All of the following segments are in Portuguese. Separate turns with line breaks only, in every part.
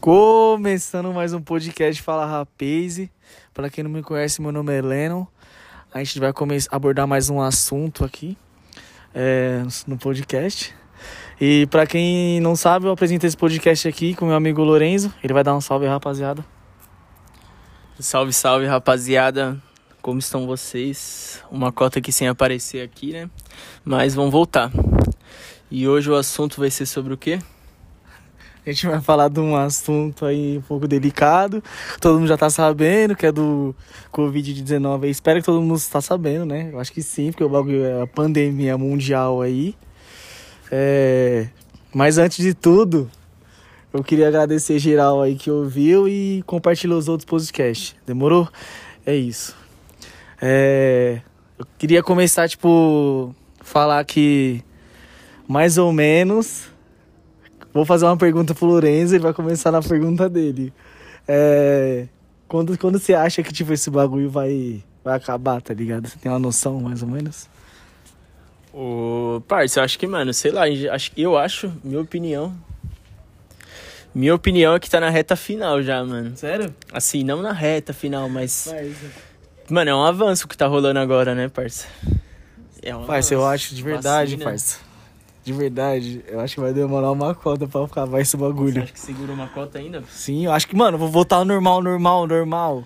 Começando mais um podcast Fala Rapaz. Para quem não me conhece, meu nome é Lennon. A gente vai come- abordar mais um assunto aqui é, no podcast. E para quem não sabe, eu apresento esse podcast aqui com meu amigo Lorenzo. Ele vai dar um salve, rapaziada.
Salve, salve, rapaziada. Como estão vocês? Uma cota aqui sem aparecer aqui, né? Mas vão voltar. E hoje o assunto vai ser sobre o quê?
A gente vai falar de um assunto aí um pouco delicado. Todo mundo já tá sabendo que é do Covid-19. Eu Espero que todo mundo está sabendo, né? Eu acho que sim, porque o bagulho é a pandemia mundial aí. É, Mas antes de tudo, eu queria agradecer geral aí que ouviu e compartilhou os outros podcasts. Demorou? É isso. É, Eu queria começar, tipo, falar que mais ou menos. Vou fazer uma pergunta pro Lorenzo, ele vai começar na pergunta dele. É, quando, quando você acha que tipo, esse bagulho vai, vai acabar, tá ligado? Você tem uma noção, mais ou menos?
O parça, eu acho que, mano, sei lá, acho, eu acho, minha opinião. Minha opinião é que tá na reta final já, mano.
Sério?
Assim, não na reta final, mas. Mano, é um avanço que tá rolando agora, né, parça? É um
Parça, eu
avanço.
acho de verdade,
Vacina.
parça. De verdade, eu acho que vai demorar uma cota pra acabar esse
Você
bagulho.
acha que segura uma cota ainda?
Sim, eu acho que, mano, eu vou voltar ao normal, normal, normal.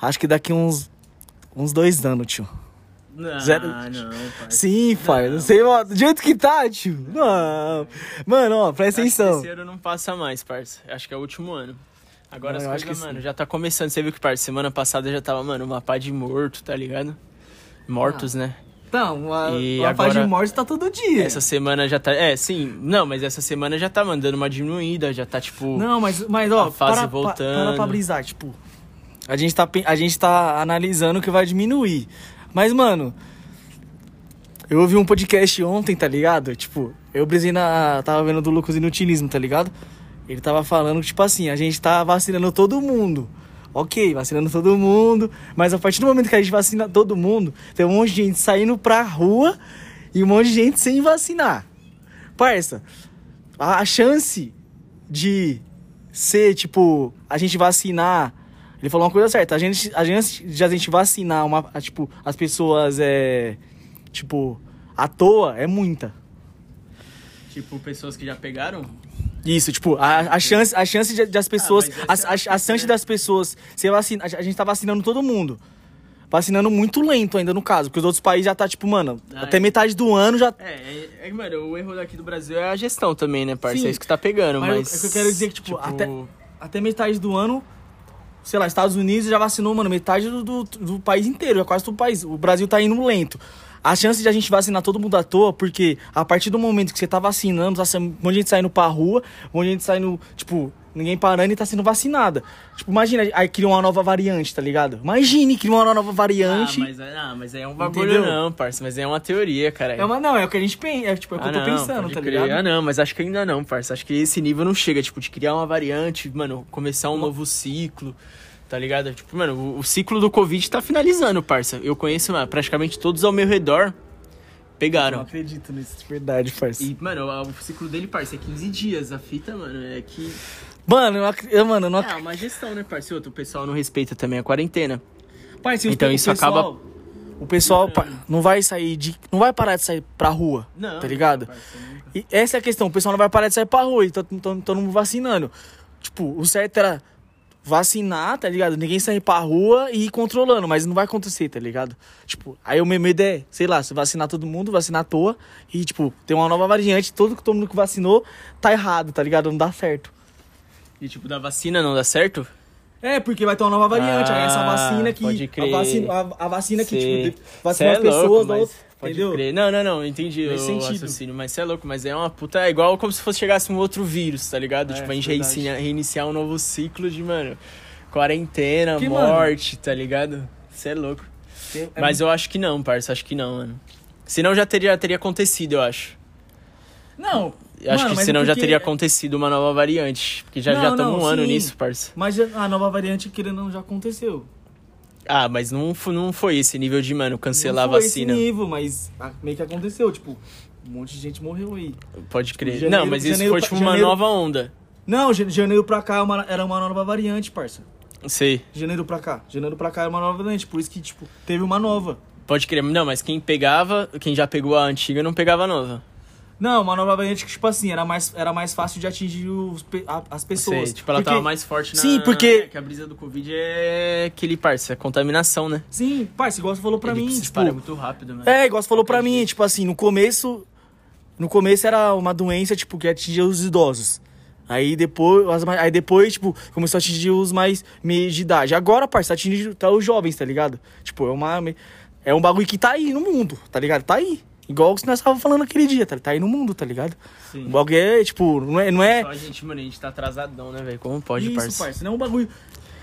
Acho que daqui uns, uns dois anos, tio.
Não,
Zero-
não, parça.
Sim, pai, não sei, ó, do jeito que tá, tio. Não. Mano, ó, presta
Acho que
atenção.
terceiro não passa mais, parça. Acho que é o último ano. Agora
Não,
as
eu acho
coisas,
que
mano, já tá começando. Você viu que, parça, semana passada já tava, mano, uma pá de morto, tá ligado?
Ah.
Mortos, né?
Não, uma,
E
uma paz de
agora-
morte tá todo dia.
Essa semana já tá. É, sim. Não, mas essa semana já tá, mano, dando uma diminuída. Já tá, tipo.
Não, mas, mas ó,
A fase
para,
voltando.
Para, para pra brisar, tipo. A gente, tá, pe- a gente tá analisando que vai diminuir. Mas, mano, eu ouvi um podcast ontem, tá ligado? Tipo, eu brisei na. Tava vendo do Lucas Inutilismo, tá ligado? Ele tava falando que, tipo assim, a gente tá vacinando todo mundo. Ok, vacinando todo mundo. Mas a partir do momento que a gente vacina todo mundo, tem um monte de gente saindo pra rua e um monte de gente sem vacinar. Parça, a a chance de ser, tipo, a gente vacinar. Ele falou uma coisa certa. A gente, a gente, de a gente vacinar uma, a, tipo, as pessoas, é, tipo, à toa é muita.
Tipo, pessoas que já pegaram.
Isso, tipo, a, a chance, a chance de, de as pessoas,
mas
a,
essa é
a-
a
a chance
chance, né?
das pessoas ser vacina, a gente tá vacinando todo mundo. Vacinando muito lento ainda no caso, porque os outros países já tá tipo, mano,
Ah,
até
é.
metade do ano já
É, é, é, mano, o erro daqui do Brasil é a gestão também, né, parça?
Sim.
É isso que tá pegando,
Mas eu-
mas. ah,
é que eu quero dizer que, tipo, até- até metade do ano, sei lá, Estados Unidos já vacinou, mano, metade do, do, do país inteiro, já quase todo o país. O Brasil tá indo lento. A chance de a gente vacinar todo mundo à toa, porque a partir do momento que você tá vacinando, tá saindo- um monte de gente saindo pra rua, um monte de gente saindo, tipo, ninguém parando e tá sendo vacinada. Tipo, imagina, aí cria uma nova variante, tá ligado? Imagine, cria uma nova variante.
Ah, mas, ah, mas aí é um bagulho,
Entendeu?
não, parça. Mas aí é uma teoria, cara.
É uma, não, é o que a gente pensa, é, tipo, é o que eu tô
não,
pensando,
pode
tá
crer. Ah,
ligado?
não, mas acho que ainda não, parça. Acho que esse nível não chega, tipo, de criar uma variante, mano, começar um novo ciclo, tá ligado? Tipo, mano, o, o ciclo do Covid tá finalizando, parça. Eu conheço, mano, praticamente todos ao meu redor
Não
pegaram.
acredito nisso, de verdade, parceiro.
E, mano, o o ciclo dele, parça, é 15 dias. A fita, mano, é que.
Mano, eu, ac- eu, mano, eu não
É uma gestão, né, parceiro? O pessoal não respeita também a quarentena.
Parça,
Então isso acaba-
O pessoal pa- não vai sair de. Não vai parar de sair pra rua.
Não.
Tá ligado?
parça,
E essa é a questão. O pessoal não vai parar de sair pra rua. E tá tá- todo mundo vacinando. Tipo, o certo era vacinar, tá ligado? Ninguém sair pra rua e ir controlando. Mas não vai acontecer, tá ligado? Tipo, aí o meu medo é, sei lá, se vacinar todo mundo, vacinar à toa. E, tipo, tem uma nova variante. Todo, todo mundo que vacinou tá errado, tá ligado? Não dá certo.
E, tipo, da vacina não dá certo?
É, porque vai ter uma nova variante. aí essa
Ah,
vacina que.
pode crer.
A vacina, a- a vacina que,
Sei.
tipo, vacina
Cê é
as pessoas,
louco,
da
mas
outra,
pode
entendeu?
crer. Não, não, não, entendi
Nesse
o
sentido.
raciocínio, mas você é louco, mas é uma puta, é igual como se fosse chegasse um outro vírus, tá ligado?
É,
tipo, a gente
verdade.
reiniciar, reiniciar um novo ciclo de, mano, quarentena,
Que, mano?
morte, tá ligado? Você é louco. mas eu acho que não, parça, acho que não, mano. Senão já teria, já teria acontecido, eu acho.
Não.
Eu acho
mano,
que
mas
senão
é
já
porque-
teria acontecido uma nova variante, porque já
Não,
já estamos
não,
um ano
sim.
nisso, parça.
Mas a nova variante, querendo ou não, já aconteceu.
Ah, mas não, fo- não foi esse nível de, mano, cancelar
não
a
foi
vacina.
Esse nível, mas ah, meio que aconteceu. Tipo, um monte de gente morreu aí.
Pode crer.
janeiro-
não, mas isso
janeiro
foi
pra-
tipo uma
janeiro-
nova onda.
Não, de janeiro pra cá é uma- era uma nova variante, parça.
Sei.
De Janeiro pra cá. De Janeiro pra cá era uma nova variante. Por isso que, tipo, teve uma nova.
Pode crer. Não, mas quem pegava, quem já pegou a antiga não pegava a nova.
Não, uma nova variante que, tipo assim, era mais, era mais fácil de atingir os pe- a- as pessoas.
Sei, tipo, ela
Porque-
tava mais forte na...
Sim, porque-
Que a brisa do Covid é aquele, parça, é contaminação, né?
Sim, parça, igual você falou pra
Ele
mim,
se
tipo...
espalha muito rápido, né?
É, igual você falou pra mim, tipo assim, no começo. No começo era uma doença, tipo, que atingia os idosos. Aí depois, as mais- aí depois, tipo, começou a atingir os mais meios de idade. Agora, parça, atinge tá os jovens, tá ligado? Tipo, é uma. É um bagulho que tá aí no mundo, tá ligado? Tá aí. Igual que nós tava falando aquele dia, tá, tá aí no mundo, tá ligado?
Sim.
O bagulho é, tipo, não é. Não
Só
é
a gente, mano, a gente tá atrasadão, né, velho? Como pode,
isso,
parça?
parça. Não é um bagulho...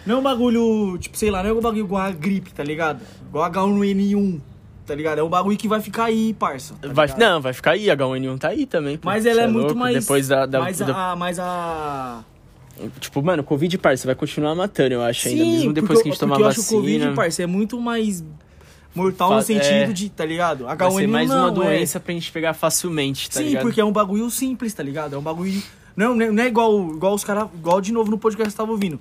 Não é um bagulho, tipo, sei lá, não é um bagulho igual a gripe, tá ligado? Igual H1N1, tá ligado? É um bagulho que vai ficar aí, parça. tá
Vai,
ligado?
não, vai ficar aí, H1N1 tá aí também. pô.
Mas ela
Cê
é, muito
louco.
mais...
Depois da. da-
mais
da-
a... Mais a...
Tipo, mano, Covid, parça, vai continuar matando, eu acho, ainda. Mesmo
porque
depois que a
eu-
gente tomar
porque eu
vacina.
acho que o Covid, parça, é muito mais mortal
Fa-
no sentido
é.
de, tá ligado? H1N1
vai ser mais
não,
uma
é.
doença pra gente pegar facilmente, tá
Sim,
ligado?
porque é um bagulho simples, tá ligado? É um bagulho... Não, não é- não é igual, igual os caras... Igual de novo no podcast que eu tava ouvindo.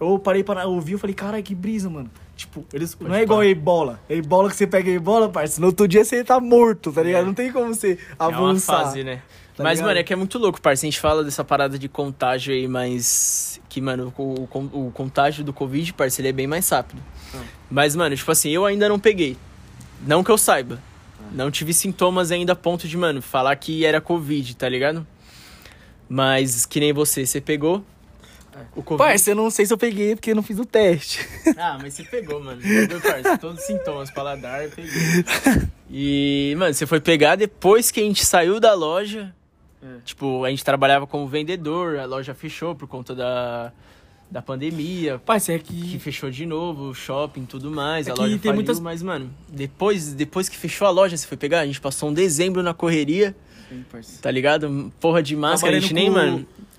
Eu parei para ouvir e falei, caralho, que brisa, mano. Tipo, eles, não é igual a ebola. A ebola que você pega a ebola, parça, no outro dia você tá morto, tá ligado? Não tem como você
é uma
avançar.
fase, né?
tá
mas,
ligado?
mano, é que é muito louco, parça. A gente fala dessa parada de contágio aí, mas. Que, mano, o, o- o contágio do Covid, parça, ele é bem mais rápido.
Ah.
Mas, mano, tipo assim, eu ainda não peguei. Não que eu saiba.
Ah.
Não tive sintomas ainda a ponto de, mano, falar que era Covid, tá ligado? Mas que nem você, você pegou.
É.
O Covid.
Parça, eu não sei se eu peguei porque eu não fiz o teste.
Ah, mas você pegou, mano. Pegou, parça. Todos os sintomas, paladar, pegou. E, mano, você foi pegar depois que a gente saiu da loja.
É.
Tipo, a gente trabalhava como vendedor, a loja fechou por conta da, da pandemia,
Parça, é
que
que...
fechou de novo, o shopping e tudo mais,
É
a
que
loja
tem
faliu,
muitas-
mas, mano, depois, depois que fechou a loja, você foi pegar, a gente passou um dezembro na correria, tá ligado? Porra de máscara, a gente nem,
Trabalhando com- tipo,
mano... É.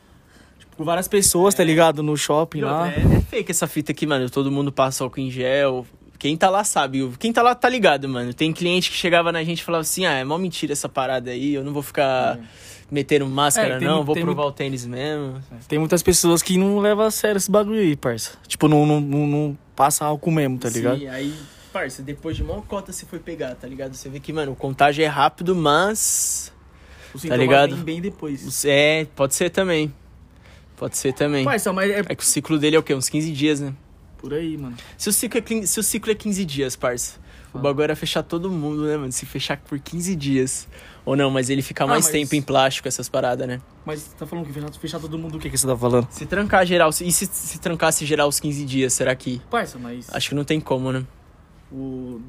Com várias pessoas, tá ligado? No shopping
E outra,
lá.
É, é fake essa fita aqui, mano. Todo mundo passa álcool em gel. Quem tá lá sabe. Quem tá lá tá ligado, mano. Tem cliente que chegava na gente e falava assim: ah, é mó mentira essa parada aí. Eu não vou ficar metendo máscara,
É, tem
não.
muito-
Vou
tem
provar o tênis mesmo.
Tem muitas pessoas que não levam a sério esse bagulho aí, parça. Tipo, não, não, não, não passa álcool mesmo, tá ligado?
Sim, aí, parça, depois de mó cota você foi pegar, tá ligado? Você vê que, mano, o contágio é rápido, mas.
Tá
Os sintomas
ligado?
vêm bem depois.
É, pode ser também. Pode ser também.
Parça, mas é
É que o ciclo dele é o quê? Uns 15 dias, né?
por aí, mano.
Se o ciclo é, quin- se o ciclo é 15 dias, parça. O bagulho era fechar todo mundo, né, mano? Se fechar por 15 dias. Ou não, mas ele fica
Ah,
mais
mas-
tempo em plástico, essas paradas, né?
Mas você tá falando que fechar, fechar todo mundo o
O que,
quê?
que você tá falando?
Se trancar geral, se- e se, se trancasse geral os 15 dias, será que.
Parça, mas
Acho que não tem como, né?
o...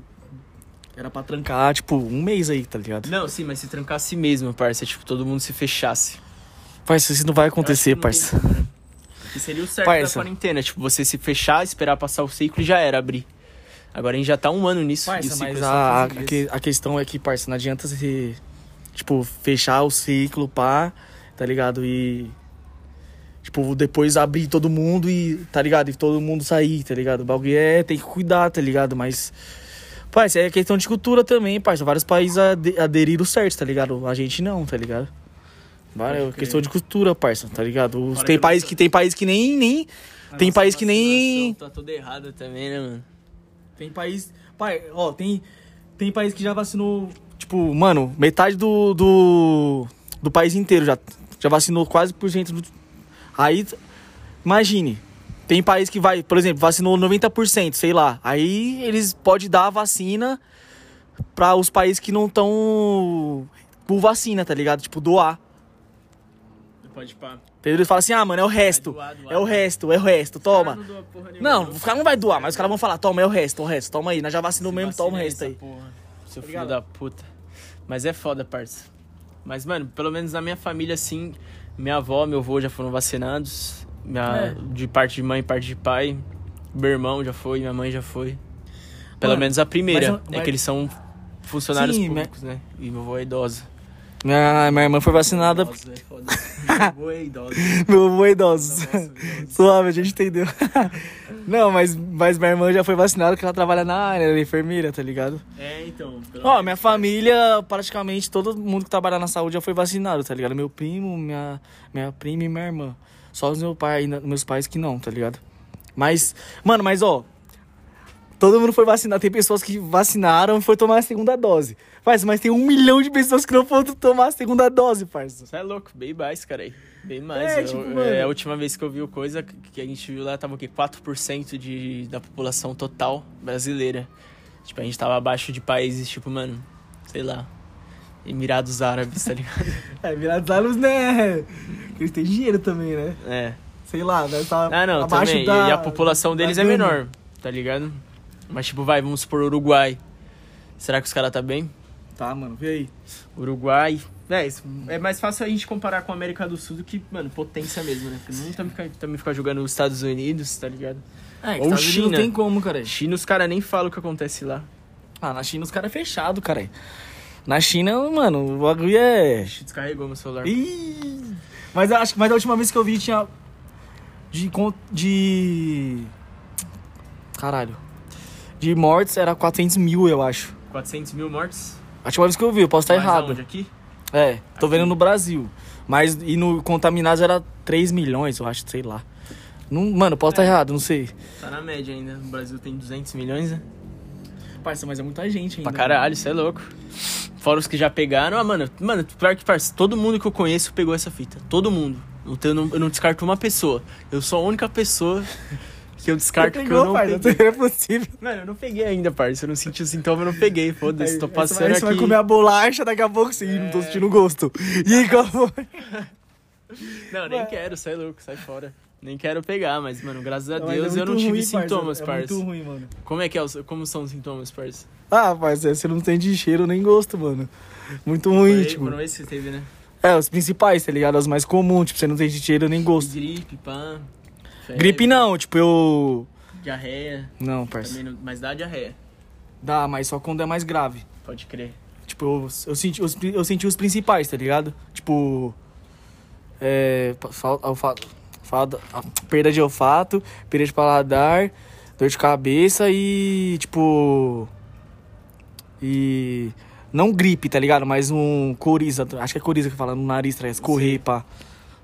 Era pra trancar.
Trancar, tipo, um mês aí, tá ligado?
Não, sim, mas se trancasse mesmo, parça. Tipo, todo mundo se fechasse.
Parça, isso não vai
Eu
acontecer,
acho que não
parça.
tem como, né? Que seria o certo
Parça.
da quarentena. Tipo, você se fechar, esperar passar o ciclo e já era, abrir. Agora a gente já tá um ano nisso.
Parça,
e o ciclo
mas
é
Mas
só
a, a,
15 dias.
Ah, que- a questão é que, parça, não adianta você, tipo, fechar o ciclo, pá, tá ligado? E, tipo, depois abrir todo mundo e, tá ligado? E todo mundo sair, tá ligado? O bagulho é, tem que cuidar, tá ligado? Mas, parça, é questão de cultura também, parça. Vários países ade- aderiram certo, tá ligado? A gente não, tá ligado? Vário-
Pode
É
crer.
questão de cultura, parça, tá ligado? Os-
Fora
Tem
que
país
você-
que tem país que nem, nem
A
tem
nossa
país que nem-
vacinação Tá toda errada também, né, mano?
Tem país. Pai, ó, tem. Tem país que já vacinou.
Tipo, mano, metade do, do, do país inteiro já, já vacinou quase por cento. Do... Aí, t- imagine, tem país que vai, por exemplo, vacinou 90%, sei lá. Aí eles podem dar a vacina para os países que não estão com vacina, tá ligado? Tipo, doar.
Pode pá.
Entendeu? Eles falam assim, ah, mano, é o resto.
doar, doar. né?"
É o resto, é o resto, toma.
Não, doa porra nenhuma,
Não, os caras não vai doar, mas os caras vão falar, toma, é o resto, é o resto, toma aí. Nós já vacinou mesmo, toma o
Vacina
resto
essa
aí.
porra, Tá Seu filho
Obrigado.
da puta. Mas é foda, parça. Mas, mano, pelo menos na minha família, assim, minha avó, meu avô já foram vacinados.
É.
Minha, De parte de mãe e parte de pai. Meu irmão já foi, minha mãe já foi. Pelo
Mano,
menos a primeira.
mas-
É
mas-
que eles são funcionários
Sim, mas-
públicos, né? E meu avô é idoso.
Minha, Ah, minha irmã foi vacinada.
Idoso, é foda. Meu avô é idoso.
Meu avô é idoso. Suave, a gente entendeu. Não, mas, mas minha irmã já foi vacinada porque ela trabalha na área, ela é enfermeira, tá ligado?
É, então. pelo-
Ó, minha família, praticamente todo mundo que trabalha na saúde já foi vacinado, tá ligado? Meu primo, minha, minha prima e minha irmã. Só os meu pai, ainda- meus pais que não, tá ligado? Mas, mano, mas ó. Todo mundo foi vacinado. Tem pessoas que vacinaram e foi tomar a segunda dose. Parça, mas tem um milhão de pessoas que não foram tomar a segunda dose, parça.
Você é louco, bem mais, cara. aí. Bem mais.
É,
Eu-
tipo,
é,
mano.
a última vez que eu vi o coisa que que a gente viu lá, tava o quê? 4% de, da população total brasileira. Tipo, a gente tava abaixo de países, tipo, mano, sei lá. Emirados Árabes, tá ligado?
É, virados alunos, né? Eles têm dinheiro também, né?
É.
Sei lá, deve estar
Ah, não,
abaixo
também.
da...
e a população deles
da
é
gama.
menor, tá ligado? Mas, tipo, vai, vamos supor Uruguai. Será que os caras tá bem?
Tá, mano, vê aí.
Uruguai. É, isso é mais fácil a gente comparar com a América do Sul do que, mano, potência mesmo, né? Porque não também ficar, também ficar jogando os Estados Unidos, tá ligado?
É,
Ou
Estados Unidos
China.
Não tem como, cara.
China, os caras nem falam o que acontece lá.
Ah, na China os caras é fechado, cara. Na China, mano, o bagulho é.
Ixi, Descarregou meu celular.
Ih! Mas eu acho que mas a última vez que eu vi tinha. De. con- de
Caralho. De mortes era 400 mil, eu acho.
400 mil mortes?
A última vez que eu vi, eu posso estar
Mais
errado.
aonde, Aqui?
É, tô
Aqui.
vendo no Brasil. Mas e no contaminados era 3 milhões, eu acho, sei lá. Não, mano, posso estar errado, não sei.
Tá na média ainda. O Brasil tem 200 milhões, né?
Parça, mas é muita gente ainda.
Pra caralho, isso é louco. Fora os que já pegaram. Ah, mano, mano, pior que parça, todo mundo que eu conheço pegou essa fita. Todo mundo. Não tem- Eu não, eu não descarto uma pessoa. Eu sou a única pessoa que eu descarto que eu não
parça?
peguei.
É possível.
Mano, eu não peguei ainda, parça. Eu não senti o sintoma, eu não peguei. Foda-se, tô
Aí você vai-
passando
aí você vai
aqui.
comer a bolacha daqui a pouco, sim.
Ih, não tô sentindo gosto. E aí, qual foi?
Não, nem quero, sai louco, sai fora. Nem quero pegar, mas, mano, graças a
Mas é
Deus eu
muito
não tive
ruim, parça.
sintomas,
É
parça.
muito ruim, mano.
Como é que é? os- Como são os sintomas, parça?
Ah, parceiro, você não tem de cheiro nem gosto, mano. Muito ruim,
Foi-
tipo.
Foram esses que teve, né?
É, os principais, tá ligado? Os mais comuns, tipo, você não tem de cheiro nem gosto.
Gripe, pã.
É.
febre,
Gripe não, tipo, eu.
Diarreia.
Não, parceiro.
Também não... Mas dá diarreia.
Dá, mas só quando é mais grave.
Pode crer.
Tipo, eu, eu, senti, os, pri- eu senti os principais, tá ligado? Tipo. É. pa- fal- olfato- fal- a- perda de olfato, perda de paladar, dor de cabeça e. Tipo. E. Não gripe, tá ligado? Mas um coriza. Acho que é coriza que fala no nariz, tá ligado? escorrer, pá.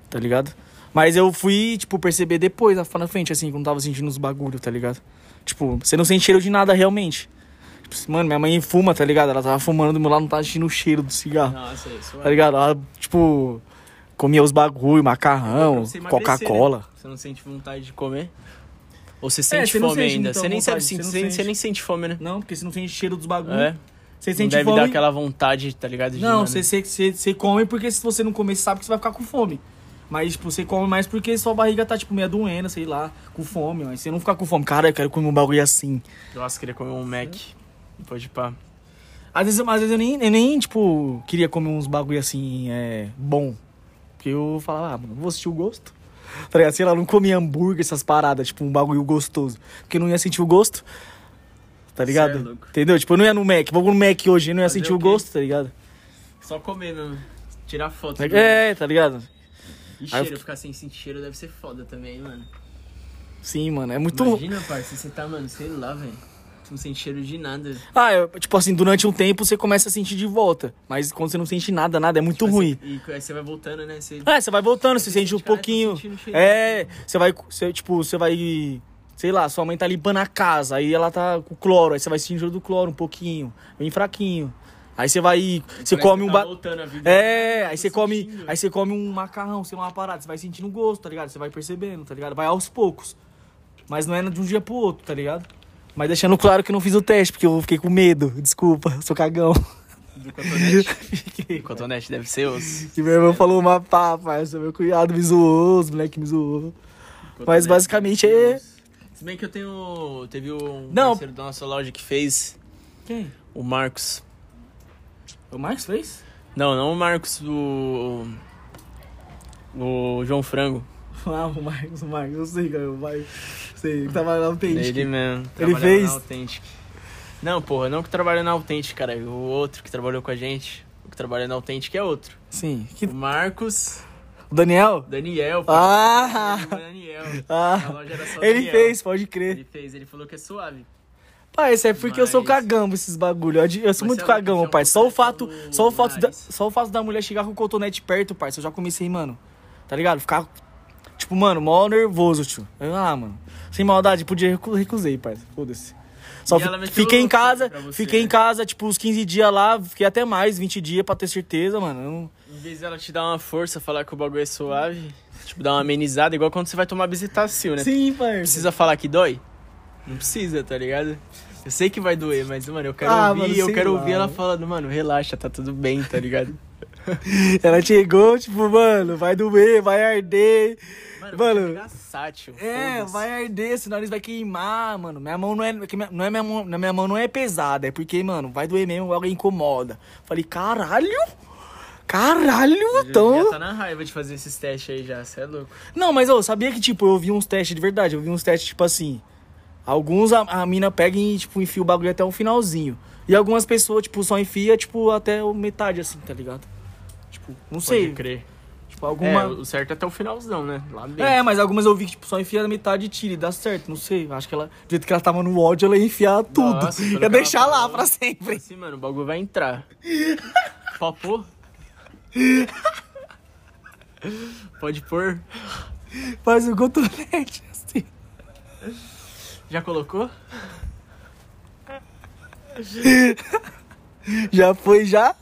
Tá ligado? Mas eu fui, tipo, perceber depois, lá na frente, assim, quando tava sentindo os bagulho, tá ligado? Tipo, você não sente cheiro de nada realmente. Tipo, Mano, minha mãe fuma, tá ligado? Ela tava fumando do meu lado, não tava sentindo o cheiro do
Ah.
cigarro.
Nossa, é isso
Tá ligado? Ela, tipo, comia os bagulho, macarrão,
Pra você emagrecer,
Coca-Cola.
Você não sente vontade de comer? Ou você sente
É, você não
fome
sente,
ainda?
então,
você nem
vontade,
sabe, se-
você não
você, você
sente.
nem sente fome, né?
Não, porque você não tem cheiro dos bagulhos.
É.
Você
Não
sente
deve
fome.
dar aquela vontade, tá ligado? De,
Não,
mano,
você, você, você, você come porque se você não comer, você sabe que você vai ficar com fome. Mas, tipo, você come mais porque sua barriga tá, tipo, meio doendo, sei lá, com fome. Mas você não fica com fome.
Cara, eu quero comer um bagulho assim.
Nossa, queria comer um Mac. Pode pá.
Às vezes, às vezes eu, nem, eu nem, tipo, queria comer uns bagulho assim, é, bom. Porque eu falava, ah, mano, vou sentir o gosto. Tá ligado? Sei lá, eu não comia hambúrguer, essas paradas, tipo, um bagulho gostoso. Porque eu não ia sentir o gosto. Tá ligado?
Cê é louco.
Entendeu? Tipo, eu não ia no Mac. Vou no Mac hoje, eu não ia
Fazer
sentir
o
o,
quê?
gosto, tá ligado?
Só comer mesmo. Tirar foto.
É, tá ligado? Aí
E
eu
cheiro,
fiquei-
ficar sem sentir cheiro deve ser foda também, mano.
Sim, mano, é muito.
Imagina, parça, você tá, mano, sei lá, velho. Tu não sente cheiro de nada.
Ah, eu- tipo assim, durante um tempo você começa a sentir de volta. Mas quando você não sente nada, nada, é muito
Tipo,
ruim.
você- E aí você vai voltando, né? Você...
É, você vai voltando, você sente um
Cara, tô
pouquinho.
sentindo um cheirinho.
É, você vai, você, tipo, você vai, sei lá, sua mãe tá limpando a casa, aí ela tá com cloro, aí você vai sentindo do cloro um pouquinho, bem fraquinho. Aí você vai, você
Parece
come
que
um
tá
ba...
voltando a vida.
É, aí
Tô
você come,
sentindo.
aí você come um macarrão, sei lá, uma parada, você vai sentindo o gosto, tá ligado? Você vai percebendo, tá ligado? Vai aos poucos. Mas não é de um dia pro outro, tá ligado? Mas deixando claro que eu não fiz o teste, porque eu fiquei com medo. Desculpa, sou cagão.
Do cotonete. O cotonete deve ser osso.
Que meu irmão falou uma pá, parça. Meu cunhado me zoou, os moleque me zoou. Mas basicamente é-
Se bem que eu tenho. Teve um
Não.
parceiro da nossa loja que fez,
Quem?
o Marcos.
O Marcos fez?
Não, não o Marcos, o. O João Frango.
Ah, o Marcos, o Marcos, eu sei, cara, o Marcos. Sei, que tava lá no pente.
Ele mesmo.
Ele
trabalhava
fez?
Na Authentic. Não, porra, não que trabalha na Authentic, cara. O outro que trabalhou com a gente. O que trabalha na Authentic é outro.
Sim. Que
O Marcos.
O Daniel?
Daniel, pô.
Ah!
Foi Daniel. A
Ah,
loja era só
ele
Daniel.
fez, pode crer.
Ele fez, ele falou que é suave.
Pai, isso é porque eu sou
Mas-
cagamba esses bagulho. Eu, ad- eu sou
Mas é
muito
sabe o que
cagamba,
que
pai. Só o
acontece
fato,
com
só o
o
fato, da,
nariz?
só o fato da mulher chegar com o cotonete perto, parça, eu já comecei, mano. Tá ligado? Ficar tipo, mano, mó nervoso, tio. Eu, ah, mano. Sem maldade, podia recu- recusei, parça. Foda-se. Só
E
fi-
ela meteu
fiquei em
louco
casa,
pra você,
fiquei em
né?
casa, tipo, uns 15 dias lá, fiquei até mais, 20 dias pra ter certeza, mano. Eu não-
Em vez dela te dar uma força, falar que o bagulho é suave, tipo, dar uma amenizada, igual quando você vai tomar bezetacil, né?
Sim, parça.
Precisa falar que dói? Não precisa, tá ligado? Eu sei que vai doer, mas, mano, eu quero
Ah,
ouvir,
mano, sei
eu quero
lá,
ouvir ela
mano.
falando, mano, relaxa, tá tudo bem, tá ligado?
Ela chegou, tipo, mano, vai doer, vai arder.
Mano,
Mano,
vai pegar sátio,
É,
foda-se.
vai arder, esse nariz vai queimar, mano. Minha mão não é, que minha- não é minha mão, na minha mão não é pesada, é porque, mano, vai doer mesmo, alguém incomoda. Falei, caralho, caralho,
Eu
então.
Já tá na raiva de fazer esses testes aí já, cê é louco.
Não, mas eu sabia que, tipo, eu vi uns testes de verdade. Eu vi uns testes, tipo assim. Alguns a, a mina pega e, tipo, enfia o bagulho até o finalzinho. E algumas pessoas, tipo, só enfia, tipo, até o metade, assim, tá ligado? Tipo, não sei.
Pode crer.
Tipo, alguma.
É, o certo é até o finalzão, né? Lá dentro.
É, mas algumas eu vi que tipo, só enfia na metade e tira e dá certo. Não sei. Acho que ela, do jeito que ela tava no ódio, ela ia enfiar tudo.
Nossa, pelo que
ia
ela
deixar lá
falou.
pra sempre.
Assim, mano, o bagulho vai entrar. Pode pôr? Pode pôr?
Faz o cotonete assim.
Já colocou?
Já foi, já?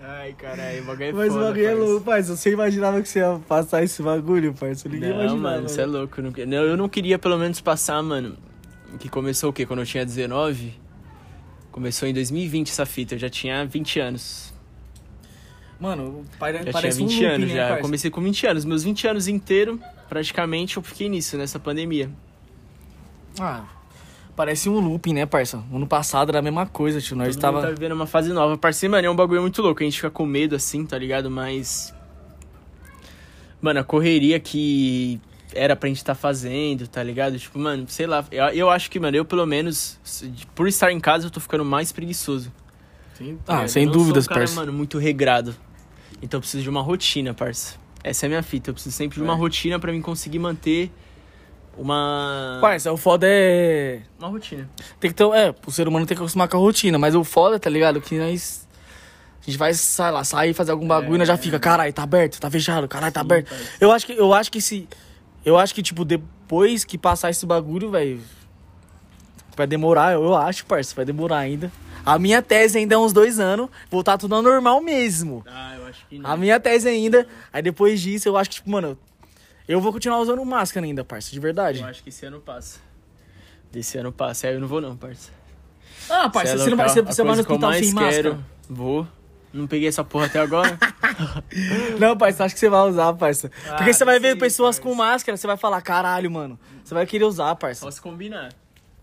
Ai, caralho, o bagulho é
Mas o
foda,
bagulho é
parça.
louco, parceiro. Você imaginava que você ia passar esse bagulho, parceiro? Ninguém
Não,
imaginava. né?
mano, você é louco. Não, não, eu não queria pelo menos passar, mano. Que começou o quê? Quando eu tinha 19? Começou em 2020 essa fita, eu já tinha 20 anos.
Mano, pare-
Já
parece
tinha
um
20
looping,
anos
né,
já. Eu
parça?
comecei com 20 anos. Meus 20 anos inteiro, praticamente, eu fiquei nisso, nessa pandemia.
Ah, parece um looping, né, parça? Ano passado era a mesma coisa, tio. Nós
Todo
tava...
mundo tá vivendo uma fase nova. Parceiro, mano, é um bagulho muito louco. A gente fica com medo assim, tá ligado? Mas. Mano, a correria que era pra gente tá fazendo, tá ligado? Tipo, mano, sei lá. Eu, eu acho que, mano, eu pelo menos, se- de- por estar em casa, eu tô ficando mais preguiçoso.
Ah,
tá ligado?
sem
eu não
dúvidas,
sou um cara,
parça.
mano, muito regrado. Então eu preciso de uma rotina, parça. Essa é a minha fita. Eu preciso sempre de
É.
uma rotina pra mim conseguir manter uma.
Parça, o foda é...
Uma rotina.
Tem que ter, é, o ser humano tem que acostumar com a rotina, mas o foda, tá ligado? Que nós. A gente vai, sei lá, sair, fazer algum bagulho e nós já fica, caralho, tá aberto, tá fechado, caralho, tá aberto. Eu acho que, eu acho que se. Eu acho que, tipo, depois que passar esse bagulho, velho. Vai demorar, eu, eu acho, parça, vai demorar ainda. A minha tese ainda é uns dois anos, voltar tudo ao normal mesmo.
Ah, eu acho que
A minha tese ainda. Aí depois disso, eu acho que, tipo, mano. Eu vou continuar usando máscara ainda, parça, de verdade.
Eu acho que esse ano passa. Desse ano passa. Aí eu não vou não, parça.
Ah,
Cê é
parça, você,
louco,
não vai,
é
você,
a
você vai no
coisa que eu
hospital
mais
sem máscara.
Vou. Não peguei essa porra até agora.
Não, parça, acho que você vai usar, parça. Porque
Ah,
você vai
não
ver
sei,
pessoas
parça.
com máscara, você vai falar, caralho, mano. Você vai querer usar, parça.
Posso combinar.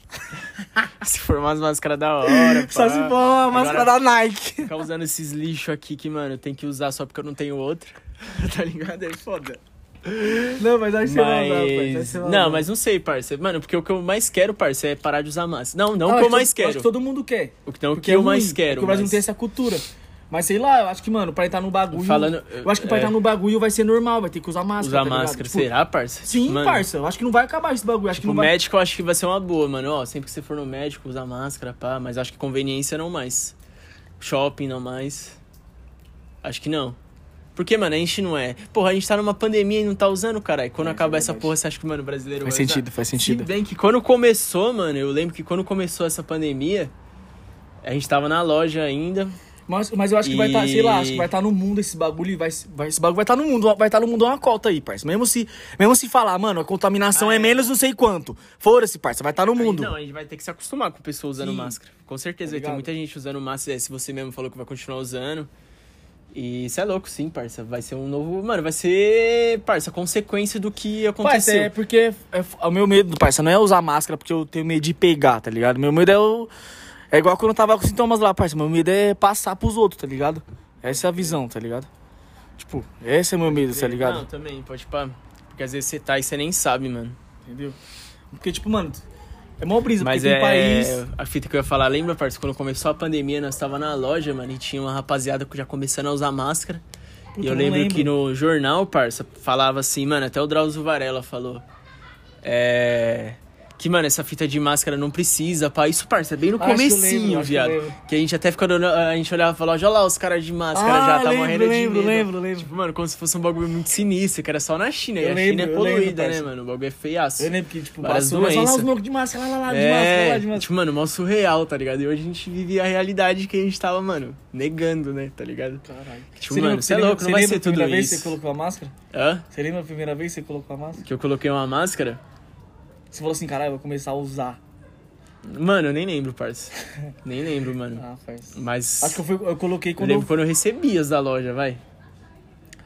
se formar as máscaras da hora.
Só se for a máscara da Nike.
Ficar usando esses lixos aqui que, mano, tem que usar só porque eu não tenho outro. tá ligado? É foda.
Não, mas acho que você vai usar, parça. acho que
Mas.
você vai usar.
Não, mas é não sei, parça. Mano, porque o que eu mais quero, parça, é parar de usar máscara. Não, não
Ah,
o
acho
que eu
todo-
mais
Acho
quero.
que todo mundo quer.
O que, não, o
Porque
que eu
é
mais
ruim,
quero.
Porque o Brasil
mas-
tem essa cultura. Mas sei lá, eu acho que, mano, pra entrar no bagulho.
Falando-
eu acho que pra
é.
entrar no bagulho vai ser normal, vai ter que usar máscara.
Usar
tá ligado?
máscara.
Tipo,
Será, parça?
Sim,
Mano,
parça. Eu acho que não vai acabar esse bagulho. Acho que
O
não vai.
Tipo, médico eu acho que vai ser uma boa, mano. Ó, sempre que você for no médico, usa máscara, pá. Mas acho que conveniência não mais. Shopping não mais. Acho que não. Porque, mano, a gente não é. Porra, a gente tá numa pandemia e não tá usando, caralho. Quando acabar essa porra, você acha que, mano, o brasileiro vai usar?
É, faz
Se bem que quando começou, mano, eu lembro que quando começou essa pandemia, a gente tava na loja ainda.
Mas, mas eu acho que vai estar, sei lá, acho que vai estar no mundo esse bagulho e vai, vai- esse bagulho vai estar no mundo, vai estar no mundo uma cota aí, parça. Mesmo se, mesmo se falar, mano, a contaminação
Ah,
é
é.
menos não sei quanto. Fora-se, parça, vai estar no mundo.
Aí, não, é a gente vai ter que se acostumar com pessoa usando
Sim.
máscara. Com certeza,
Tá
vai ter
ligado?
muita gente usando máscara. é, Se você mesmo falou que vai continuar usando. E isso é louco, sim, parça. Vai ser um novo. Mano, vai ser, parça, consequência do que
Parça,
aconteceu.
é porque é f- o meu medo, parça, não é usar máscara porque eu tenho medo de pegar, tá ligado? Meu medo é o. É igual quando eu tava com sintomas lá, parça. Meu medo é passar pros outros, tá ligado? Essa é a visão, tá ligado? Tipo, esse é meu medo, tá ligado?
Não, também, pode pá. Porque às vezes você tá e você nem sabe, mano.
Entendeu? Porque, tipo, mano, é mó brisa,
Mas
porque
é.
tem país.
A fita que eu ia falar, lembra, parça? Quando começou a pandemia, nós tava na loja, mano, e tinha uma rapaziada que já começando a usar máscara. E
Puta,
eu
não
lembro, que no jornal, parça, falava assim, mano, até o Drauzio Varela falou. É. Que, mano, essa fita de máscara não precisa, pá. Isso, parça, é bem no
Ah,
Acho que eu lembro,
comecinho,
acho que eu
viado.
lembro.
Que a gente até ficava olhando, a gente olhava e falava, olha lá os caras de máscara
Ah,
já, tá
lembro,
morrendo
lembro,
de medo.
lembro, lembro.
Tipo, mano, como se fosse um bagulho muito sinistro, que era só na China. e
Eu
a
lembro,
China é
eu lembro,
poluída, né,
parça.
mano? O bagulho é feiaço.
Eu lembro que, tipo,
Várias
passou, mas olha lá
doenças.
os loucos de máscara, olha lá, lá, de máscara, lá,
É,
de máscara.
tipo, mano, mó surreal, tá ligado? E hoje a gente vive a realidade que a gente tava, mano, negando, né, tá ligado?
Caralho.
Tipo, mano, você é louco, não vai ser tudo
primeira vez que você
isso.
colocou a máscara?
Hã?
Você lembra a primeira vez que você colocou a máscara?
Que eu coloquei uma máscara?
Você falou assim, caralho, eu vou começar a usar.
Mano, eu nem lembro, parça. nem lembro, mano.
Ah, faz.
Mas.
Acho que eu, fui, eu coloquei
eu
quando eu,
lembro quando eu recebi as da loja, vai.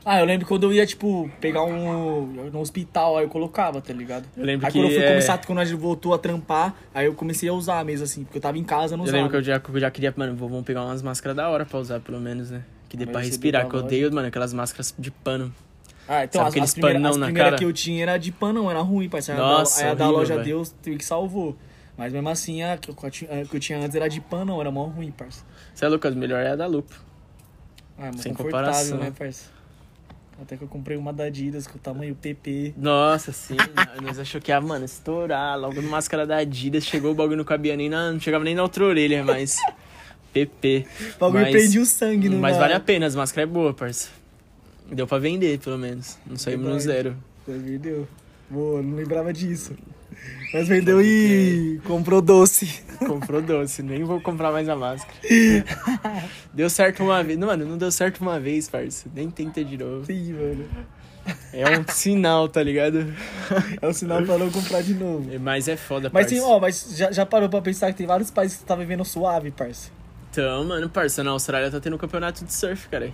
Ah, eu lembro quando eu ia, tipo, pegar um. no hospital, aí eu colocava, tá ligado?
Eu lembro
aí
que,
quando eu fui
é,
começar, quando a gente voltou a trampar, aí eu comecei a usar mesmo, assim, porque eu tava em casa, não
Eu
usava.
lembro que eu já, que eu já queria, mano, vou- vamos pegar umas máscaras da hora pra usar, pelo menos, né? Que dê
Mas
pra
esse
respirar,
da
que eu
loja-
odeio, mano, aquelas máscaras de pano.
Ah, então
Sabe
as,
aqueles
as primeiras,
panão
as
na
primeiras
cara?
que eu tinha era de panão, era ruim, parceiro. Aí a da-
Nossa,
aí a da
horrível,
loja
velho.
Deus teve que salvou. Mas mesmo assim, a que eu, a ti- a que eu tinha antes era de panão, era mó ruim, parceiro.
Você é louco, as melhores é a da Lupo.
Ah, mas
Sem
confortável,
comparação.
né, parceiro? Até que eu comprei uma da Adidas com o tamanho PP.
Nossa, sim. nós achou que ia, mano, estourar. Logo no máscara da Adidas, chegou o bagulho no cabia nem na. Não chegava nem na outra orelha, mas. PP.
O bagulho
Mas-
prendia o sangue, não
Mas vale a pena, as máscaras é boa, parça. Deu pra vender, pelo menos. Não saímos no
Verdade.
zero.
Vendeu. Boa, não lembrava disso. Mas vendeu e comprou doce.
Comprou doce, nem vou comprar mais a máscara. deu certo uma vez. Não, Mano, não deu certo uma vez, parça. Nem tenta de novo.
Sim, mano.
É um sinal, tá ligado?
É o sinal pra não comprar de novo.
Mas é foda,
Mas
parça.
tem, ó, mas já, já parou pra pensar que tem vários países que tá vivendo suave, parça.
Então, mano, parça, na Austrália tá tendo um campeonato de surf, cara.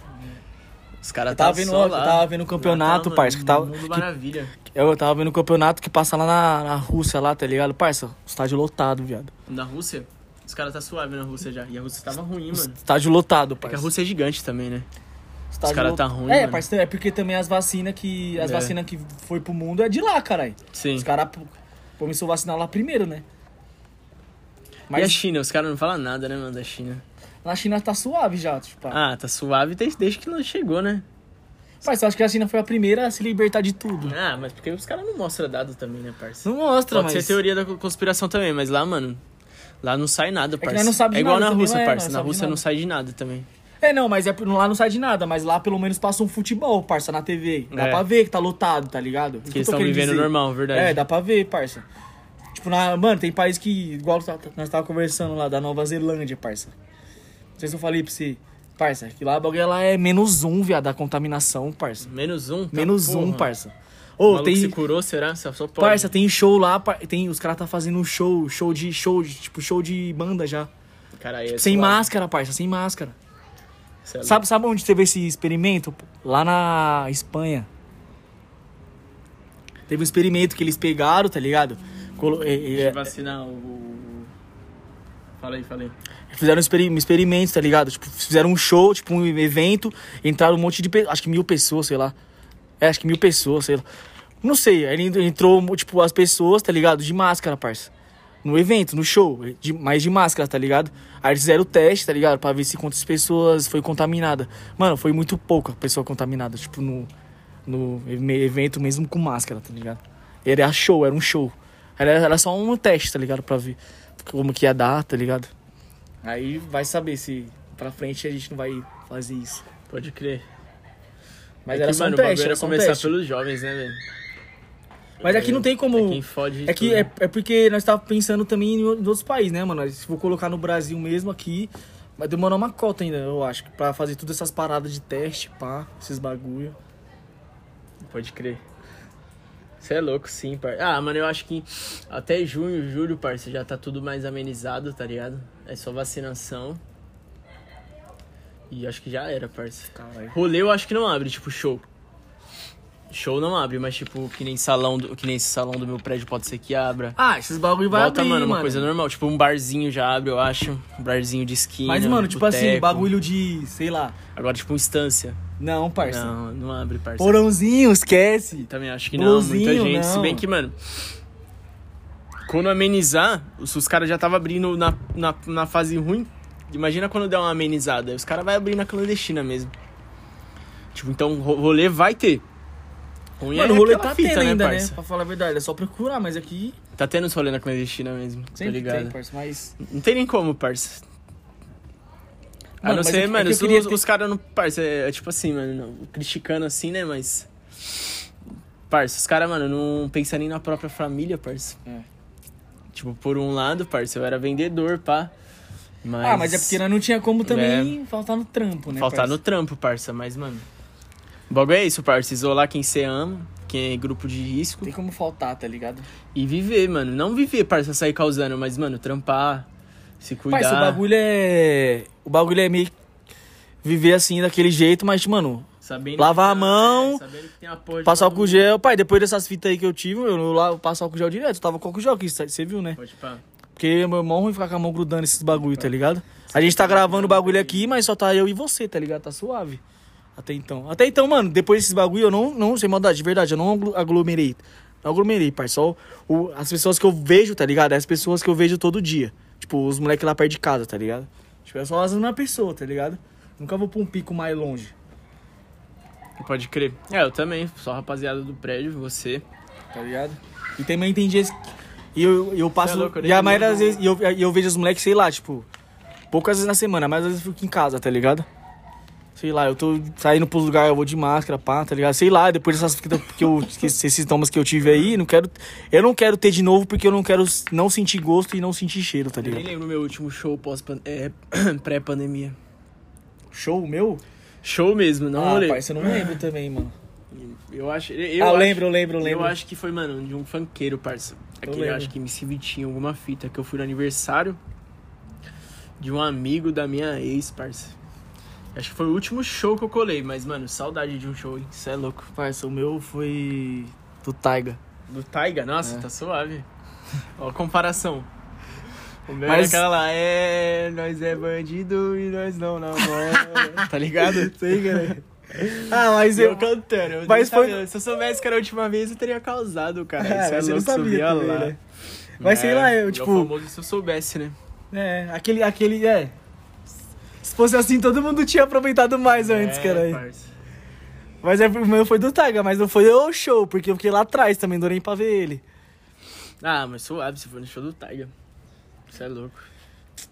Os caras
Eu tava
tá
vendo,
só
eu
lá.
tava vendo o campeonato, parça, que tava.
Mundo
que-
maravilha.
Eu tava
um
vendo o campeonato que passa lá na, na Rússia, lá, tá ligado? Parça, estádio lotado, viado.
Na Rússia? Os caras tá suave na Rússia já. E a Rússia tava ruim, mano.
Estádio lotado,
Porque
parça.
a Rússia é gigante também, né?
Estádio
Os cara
louco.
tá ruim,
É,
mano.
parceiro, é porque também as vacinas que. As
É.
vacinas que foi pro mundo é de lá, caralho.
Sim.
Os caras começou a vacinar lá primeiro, né?
E a
Mas
China? Os caras não falam nada, né, mano, da China.
na China tá suave já, tipo. Ah.
Ah, tá suave desde, desde que nós chegou, né?
Parça, eu acho que a China foi a primeira a se libertar de tudo.
Ah, mas porque os caras não mostram dado também, né, parça?
Não mostra,
Pode
mas...
ser teoria da co- conspiração também, mas lá, mano... Lá não sai nada,
que
parça.
nós não sabe de
é igual
nada
na
também,
Rússia,
né?
parça.
Nós
Na
sabe de
Rússia não
nada.
sai de nada também.
É, não, mas é, lá não sai de nada, mas lá pelo menos passa um futebol, parça, na TV. Dá
É.
pra ver que tá lotado, tá ligado? Isso
Que eles
eu tô
estão
querendo
vivendo
dizer.
normal, verdade.
É, dá pra ver, parça. Tipo, na, mano, tem país que, igual tá- tá- nós tava conversando lá, da Nova Zelândia, parça. Não sei se eu falei pra você, parça, que lá a bagulha lá é menos um, viado, da contaminação, parça.
Menos um, tá
Menos
porra.
um, parça.
O
Ô,
maluco
tem...
se curou, será? Só, só pode.
Parça, tem show lá, par- tem, os caras tá fazendo um show, show de, show de, tipo, show de banda já.
Cara, aí é
sem
suave.
máscara, parça, sem máscara.
Cê é louco.
Sabe, sabe onde teve esse experimento? pô? Lá na Espanha. Teve um experimento que eles pegaram, tá ligado? Colo- é, e- e-
De vacinar o- o. Fala aí, fala aí.
Fizeram um experi- um experimento, tá ligado? Tipo, fizeram um show, tipo, um evento, entraram um monte de pessoas, acho que mil pessoas, sei lá. É, acho que mil pessoas, sei lá. Não sei, aí en- entrou, tipo, as pessoas, tá ligado? De máscara, parça. No evento, no show, de, mas de máscara, tá ligado? Aí eles fizeram o teste, tá ligado? Pra ver se quantas pessoas foi contaminada. Mano, foi muito pouca pessoa contaminada, tipo, no, no e- evento mesmo com máscara, tá ligado? Era show, era um show. Era, era só um teste, tá ligado? Pra ver como que ia dar, tá ligado? Aí vai saber se pra frente a gente não vai fazer isso.
Pode crer.
Mas
É
era
que,
só um
mano, o
teste,
bagulho
era
era
só um
começar
teste.
pelos jovens, né, velho?
Mas aqui não tem
É
como...
quem fode.
É que
tudo.
é, é porque nós tava pensando também em o- em outros países, né, mano? Se for colocar no Brasil mesmo aqui, vai demorar uma cota ainda, eu acho, pra fazer todas essas paradas de teste, pá, esses bagulho.
Pode crer. Você é louco, sim, parça. Ah, mano, eu acho que até junho, julho, parça, já tá tudo mais amenizado, tá ligado? É só vacinação. E acho que já era, parça.
Caralho.
Rolê eu acho que não abre, tipo, show. Show não abre, mas tipo, que nem salão do, que nem esse salão do meu prédio pode ser que abra.
Ah, esses bagulho vai
Volta,
abrir,
mano,
mano.
uma coisa normal. Tipo, um barzinho já abre, eu acho. Um barzinho de esquina.
Mas, mano, tipo assim,
boteco.
bagulho de, sei lá.
Agora, tipo, instância.
Não, parça.
Não, não abre, parça.
Porãozinho, esquece.
Também acho que não, muita
Blusinho,
gente. Se
não.
bem que, mano. Quando amenizar, os, os caras já estavam abrindo na, na, na fase ruim. Imagina quando der uma amenizada. Os caras vão abrir na clandestina mesmo. Tipo, então ro- rolê vai ter. Ruim é
Mano, o rolê
aquela
tá tendo ainda, né?
parça?
Pra falar a verdade, é só procurar, mas aqui
Tá tendo uns rolê na clandestina mesmo, tá
sempre
ligado?
tem, parça, mas...
Não tem nem como, parça. a
Mano, mas
não
é que-
ser,
é
mano,
que eu
se
queria
os,
ter-
os caras não. Parça, é, é tipo assim, mano, não- criticando assim, né? Mas. Parça, os caras, mano, não pensam nem na própria família, parça.
É.
Tipo, por um lado, parça, eu era vendedor, pá. Mas.
Ah, mas é porque nós não tinha como também faltar no trampo, né,
Faltar
parça?
no trampo, parça, mas, mano. O bagulho é isso, parça. Isolar quem você ama, quem é grupo de risco.
Tem como faltar, tá ligado?
E viver, mano. Não viver, parça, sair causando, mas, mano, trampar, se cuidar.
Parça, o bagulho é... O bagulho é meio... Viver assim, daquele jeito, mas, mano,
Sabendo
Lavar
que é,
a mão,
sabendo que tem a porra de
Passar
bagulho.
álcool gel, pai, depois dessas fitas aí que eu tive, eu lá eu passo álcool gel direto, eu tava com álcool gel aqui, você viu, né?
Pode pá.
Porque meu irmão ruim ficar com a mão grudando esses bagulho, tá ligado? A gente tá gravando o bagulho aqui, mas só tá eu e você, tá ligado? Tá suave. Até então. Até então, mano, depois desses bagulho eu não, não sem maldade, de verdade, eu não aglu- aglomerei. Não aglomerei, pai, só o- as pessoas que eu vejo, tá ligado? É As pessoas que eu vejo todo dia. Tipo, os moleques lá perto de casa, tá ligado? Tipo, é só as mesmas pessoas, tá ligado? Nunca vou pra um pico mais longe,
Pode crer. É, eu também. Só a rapaziada do prédio, você.
tá ligado? E também tem dias que e eu, eu passo.
Cê é louco, eu
e a
nem
maioria
lembro.
das vezes. E eu, e eu vejo os moleques, sei lá, tipo. Poucas vezes na semana, mas às vezes eu fico em casa, tá ligado? Sei lá, eu tô saindo pros lugares, eu vou de máscara, pá, tá ligado? Sei lá, depois dessas fitas que eu, que esses sintomas que eu tive aí, não quero. Eu não quero ter de novo porque eu não quero s- não sentir gosto e não sentir cheiro, tá
Eu nem
ligado?
lembro meu último show pós pan- é, pré-pandemia.
Show meu?
Show mesmo, não
ah,
rolê.
pai, eu não lembro também, mano.
Eu acho. Eu
ah, eu
acho-
lembro, eu lembro, eu
Eu,
lembro.
acho que foi, mano, de um funkeiro, parça. Aquele,
lembro.
acho que MC Vitinho, alguma fita, que eu fui no aniversário de um amigo da minha ex, parça. Acho que foi o último show que eu colei, mas, mano, saudade de um show, hein? Isso é louco.
Parça, o meu foi. Do Taiga.
Do Taiga? Nossa,
É.
tá suave. Ó, a comparação. O meu
Mas-
é aquela lá, é, nós é bandido e nós não namora. tá ligado?
Sei, cara. ah, mas
E eu cantando. Eu
Mas
mas
foi-
Se eu soubesse que era a última vez, eu teria causado, cara.
É,
Isso é
mas você não
louco,
sabia
subia
também,
lá.
né? Mas sei lá, eu,
é
tipo-
O famoso se eu soubesse, né?
É, aquele, aquele, é. Se fosse assim, todo mundo tinha aproveitado mais antes,
É,
cara.
parça.
Mas é, o meu foi do Taiga, mas não foi o show, porque eu fiquei lá atrás também, não deu nem pra ver ele.
Ah, mas suave, se for no show do Tiger. Isso é louco.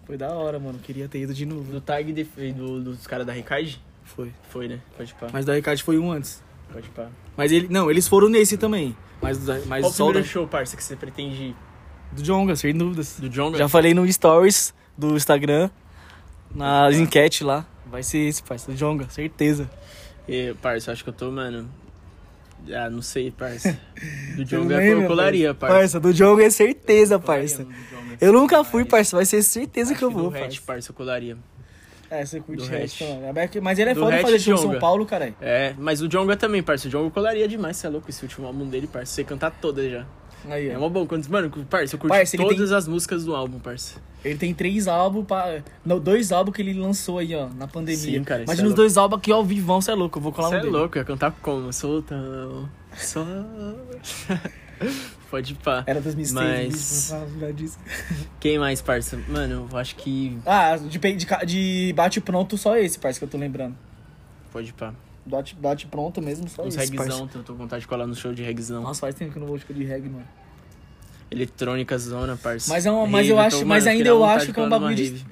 Foi da hora, mano, queria ter ido de novo.
Do Tiger e de- e do- dos caras da Ricard?
Foi.
Foi, né? Pode pá.
Mas da Ricardo foi um antes.
Pode pá.
Mas ele, não, eles foram nesse também. Mas, da- mas
Qual o
só o da,
primeiro show, parça, que você pretende ir?
do Jonga, sem dúvidas.
Do John?
Já falei no Stories do Instagram,
Ah.
nas enquetes lá. Vai ser esse, parceiro, do Jonga, certeza.
E, parça, eu acho que eu tô, mano... Ah, não sei, parça. Do
Você não
John eu
lembra,
colaria,
parça.
é parça.
do Jonga é certeza, parça.
Colaria no do Jonga.
Eu nunca fui, parça. Vai ser certeza
Acho
que eu vou,
do Hatch,
parça.
parça, eu colaria.
É, você curte
Do
Hatch.
Hatch.
também. É que- Mas ele é
Do
foda
Hatch
fazer show em
Jonga.
São Paulo, caralho.
É, mas o Jonga também, parça. O Jonga eu colaria demais, você é louco. Esse último álbum dele, parça. Você cantar todas já.
Aí,
É
ó.
uma boa. Quando, mano, parça, eu curti
Parça, ele
todas as músicas do álbum, parça.
Ele tem três álbuns, pra... não, dois álbuns que ele lançou aí, ó, na pandemia.
Sim, cara,
Imagina
isso é
os
louco.
dois álbuns aqui ao vivão, você é louco, eu vou colar
Você
um
é
dele.
louco, ia cantar como? Soltão. Só. Pode ir pá.
Era 2006,
Mas-
não fala nada um disso.
Quem mais, parça? Mano, eu acho que.
Ah, de, pe- de, ca- de bate pronto, só esse, parça, que eu tô lembrando.
Pode ir pá.
Bate, bate pronto mesmo, só
Uns
é esse, parça.
regzão, eu tô com vontade de colar no show de regzão.
Nossa, faz tempo que eu não vou show de reggae, mano.
Eletrônica zona, parça.
Mas é uma- mas eu
Rave,
acho- mas ainda
queria
eu
vontade
acho
de
que é um
colar numa
bagulho de-
rave.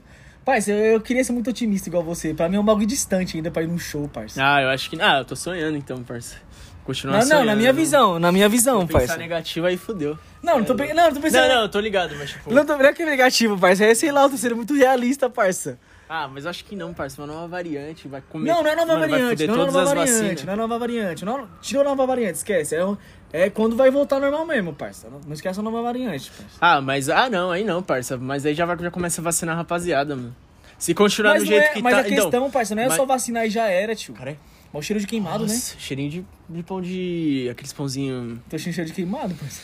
Parça, eu, eu queria ser muito otimista igual você. Pra mim é um bagulho distante ainda pra ir num show, parça.
Ah, eu acho que. Ah, eu tô sonhando então, parça. Continuar
Não, não,
sonhando.
na minha visão, na minha visão,
Não,
parça.
pensar negativo aí fudeu.
Não, não tô, pe- não, não tô
Não,
pensando.
não, eu tô ligado, mas tipo.
Não, tô, não é que é negativo, parça. É, sei lá, eu tô sendo muito realista, parça.
Ah, mas eu acho que não, parça. Uma nova variante vai comer.
Não, não é nova
Mano, vai
variante.
fuder
Não é
todas
nova
as
variante.
vacinas.
Não é nova variante. Não, tirou nova variante, esquece. É, um- é quando vai voltar ao normal mesmo, parça. Não, não esquece a nova variante, parça.
Ah, mas. Ah, não, aí não, parça. Mas aí já, vai, já começa a vacinar a rapaziada, mano. Se continuar
Mas,
do
não
jeito
é,
que
mas
tá.
a questão, parça, não é
mas-
só vacinar e já era, tio.
Então, cara,
Mas o cheiro de queimado, né?
nossa, cheirinho de, de pão de. Aqueles pãozinho.
Tô achando cheiro de queimado, parça.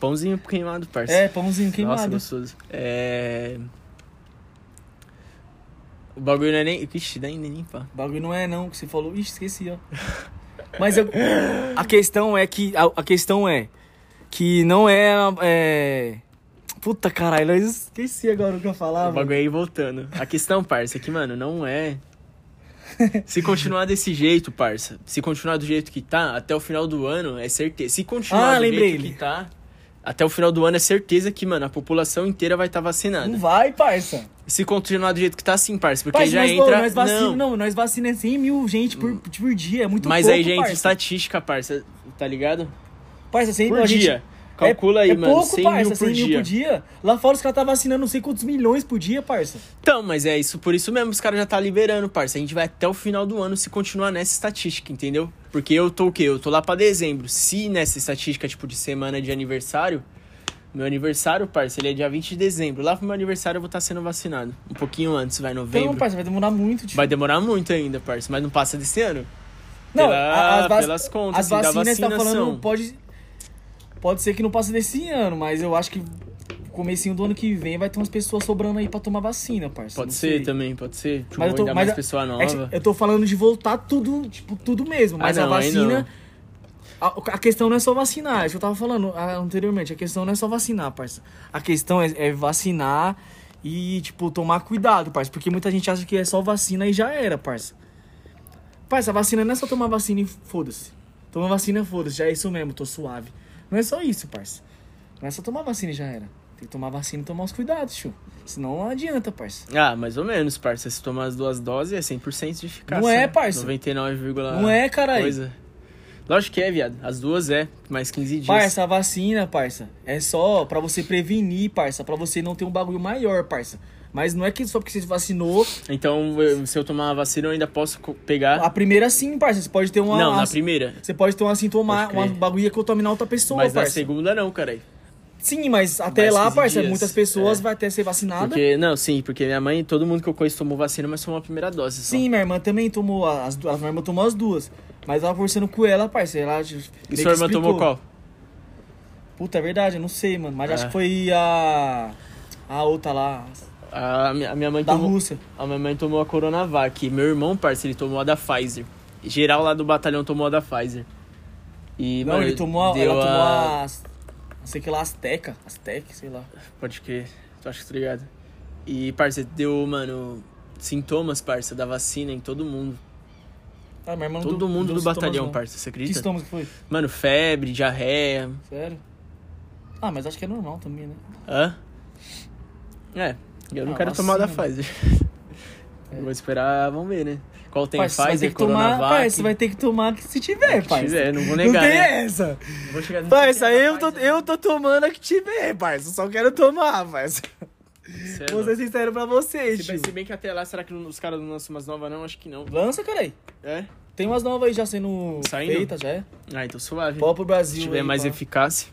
Pãozinho queimado, parça.
É, pãozinho
Nossa,
queimado.
gostoso. É. O bagulho não é nem. Ixi, nem, nem, nem pá.
O bagulho não é não, que você falou. Ixi, esqueci, ó. Mas eu- a questão é que. A, a questão é. Que não é. é... Puta caralho, eu esqueci agora o que eu
o
falava.
bagulho aí voltando. A questão, parça, é que, mano, não é. Se continuar desse jeito, parça, se continuar do jeito que tá, até o final do ano é certeza. Se continuar
Ah,
do
lembrei
jeito
ele.
que tá, até o final do ano é certeza que, mano, a população inteira vai estar vacinada.
Não vai, parça.
Se continuar do jeito que tá, sim, parça, é porque
Parça,
já
nós, ô,
entra.
nós vacina,
não, Hum.
não. nós vacina 100 mil gente por, por dia, é muito
mas
pouco,
aí já entra
parça.
estatística, parça, tá ligado?
Parça, 100
Por
Então, a gente-
dia. Calcula
é,
aí,
é
mano,
pouco,
100
parça,
mil por
100 mil
dia.
por dia. Lá fora os caras tá vacinando não sei quantos milhões por dia, parça.
Então, mas é isso, por isso mesmo os caras já tá liberando, parça. A gente vai até o final do ano se continuar nessa estatística, entendeu? Porque eu tô o quê? Eu tô lá pra dezembro. Se nessa estatística, tipo, de semana de aniversário, meu aniversário, parça, ele é dia 20 de dezembro. Lá pro meu aniversário eu vou estar sendo vacinado. Um pouquinho antes, vai novembro.
Então, parça, vai demorar muito. Tipo.
Vai demorar muito ainda, parça, mas não passa desse ano.
Não,
Pela-
a- as vac-
pelas contas,
As
assim, da
vacinas tá
vacinação.
falando, pode, pode ser que não passe desse ano, mas eu acho que comecinho do ano que vem vai ter umas pessoas sobrando aí pra tomar vacina, parça.
Pode
não
ser
sei.
também, pode ser. Tipo,
Mas eu tô-
ainda
mas
mais
a-
pessoa nova.
É que eu tô falando de voltar tudo, tipo, tudo mesmo, mas
Ah,
a
não, aí
vacina... A, a questão não é só vacinar, é isso que eu tava falando ah, anteriormente. A questão não é só vacinar, parça. A questão é, é vacinar e, tipo, tomar cuidado, parça. Porque muita gente acha que é só vacina e já era, parça. Parça, a vacina não é só tomar vacina e foda-se. Tomar vacina, foda-se, já é isso mesmo, tô suave. Não é só isso, parça. Não é só tomar vacina e já era. Tem que tomar vacina e tomar os cuidados, tio. Senão não adianta, parça.
Ah, mais ou menos, parça. Se tomar as duas doses é 100% de eficácia.
Não é,
né?
parça.
99,
Não é, caralho.
Coisa. Lógico que é, viado. As duas é, mais 15 dias.
Parça, a vacina, parça, é só pra você prevenir, parça, pra você não ter um bagulho maior, parça. Mas não é que só porque você se vacinou,
Então, eu- se eu tomar a vacina, eu ainda posso co- pegar.
a primeira sim, parça, você pode ter uma
não, na
as-
primeira.
você pode ter uma sintoma,
Pode
uma
crer.
bagulho que eu tome na outra pessoa,
mas na
parça.
segunda, não, caralho.
Sim, mas até
Mais
lá,
15
parça,
dias,
muitas pessoas
é.
vai até ser vacinada.
Porque, não, sim, porque minha mãe, todo mundo que eu conheço tomou vacina, mas tomou a primeira dose. Só.
Sim, minha irmã também tomou as duas, a minha irmã tomou as duas. Mas eu tava conversando com ela, parça, ela meio
E
que
sua irmã tomou
explicou.
qual?
Puta, é verdade, eu não sei, mano, mas
É.
acho que foi a a outra lá,
A minha, a minha mãe
da
tomou.
Rússia.
A minha mãe tomou a Coronavac. Meu irmão, parceiro, ele tomou a da Pfizer. Geral lá do batalhão tomou a da Pfizer. E,
Não,
mano,
ele tomou a,
deu
ela tomou a... Não sei que lá, Azteca. Azteca, sei lá.
Pode crer. Tu acha que tô ligado? E, parceiro, deu, mano, sintomas, parça, da vacina em todo mundo.
Ah, minha irmã não
todo
deu-
mundo
deu
do
sintomas,
batalhão,
não.
parça, você
Que
acredita?
sintomas que foi?
Mano, febre, diarreia.
Sério? Ah, mas acho que é normal também, né?
Hã? É, eu não
Ah,
quero tomar da
vacina. É.
Pfizer. Eu Vou esperar, vamos ver, né? Qual tem
Parça, você vai
Pfizer,
ter que tomar,
Coronavac.
parça, você vai ter que tomar que se tiver,
Se
parça.
tiver, não vou
Não
negar.
tem
né?
essa.
Vou chegar no-
Parça, eu tô, eu tô tomando a que tiver, parça. Só quero tomar, parça.
Cê é
Vou ser
louco.
sincero pra vocês,
Se bem,
tio.
se bem que até lá, será que não- os caras não lançam umas novas, não? Acho que não.
Lança, caralho.
É?
Tem umas novas aí já sendo
Saindo?
feitas, já é.
Ah, então suave.
Pó pro Brasil
Se tiver
aí,
mais
pá.
eficácia.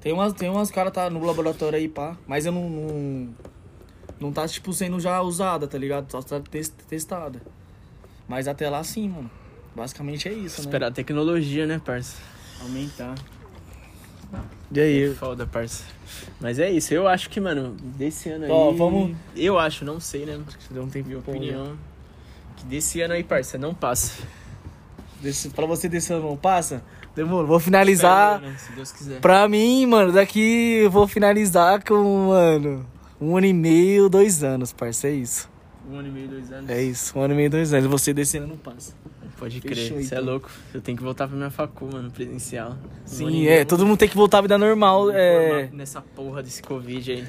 Tem umas, tem umas caras tá no laboratório aí, pá. Mas eu não... Não, não tá, tipo, sendo já usada, tá ligado? Só tá test- testada. Mas até lá, sim, mano. Basicamente é isso, né?
Esperar a tecnologia, né, parça?
Aumentar.
E aí?
É Foda, parça. Mas é isso, eu acho que, mano, desse ano aí.
Ó, vamos-
Eu acho, não sei, né?
Deu um
Minha
tempinho pra opinião.
opinião. Que desse ano aí, parça, não passa.
Desse, pra você desse ano não passa?
Demorou. Vou finalizar.
Espero, né, Se Deus quiser.
Pra mim, mano, daqui eu vou finalizar com, mano, um ano e meio, dois anos, parça. É isso.
Um ano e meio, dois anos.
É isso. Um ano e meio, dois anos. Você desse ano.
Não passa.
Pode crer,
Fechou,
você é
então.
louco. Eu tenho que voltar pra minha facu, mano, presencial. Um ano
Sim,
e
é.
meio,
Todo mundo tem que voltar à vida normal.
me
É,
formar Nessa porra desse Covid aí.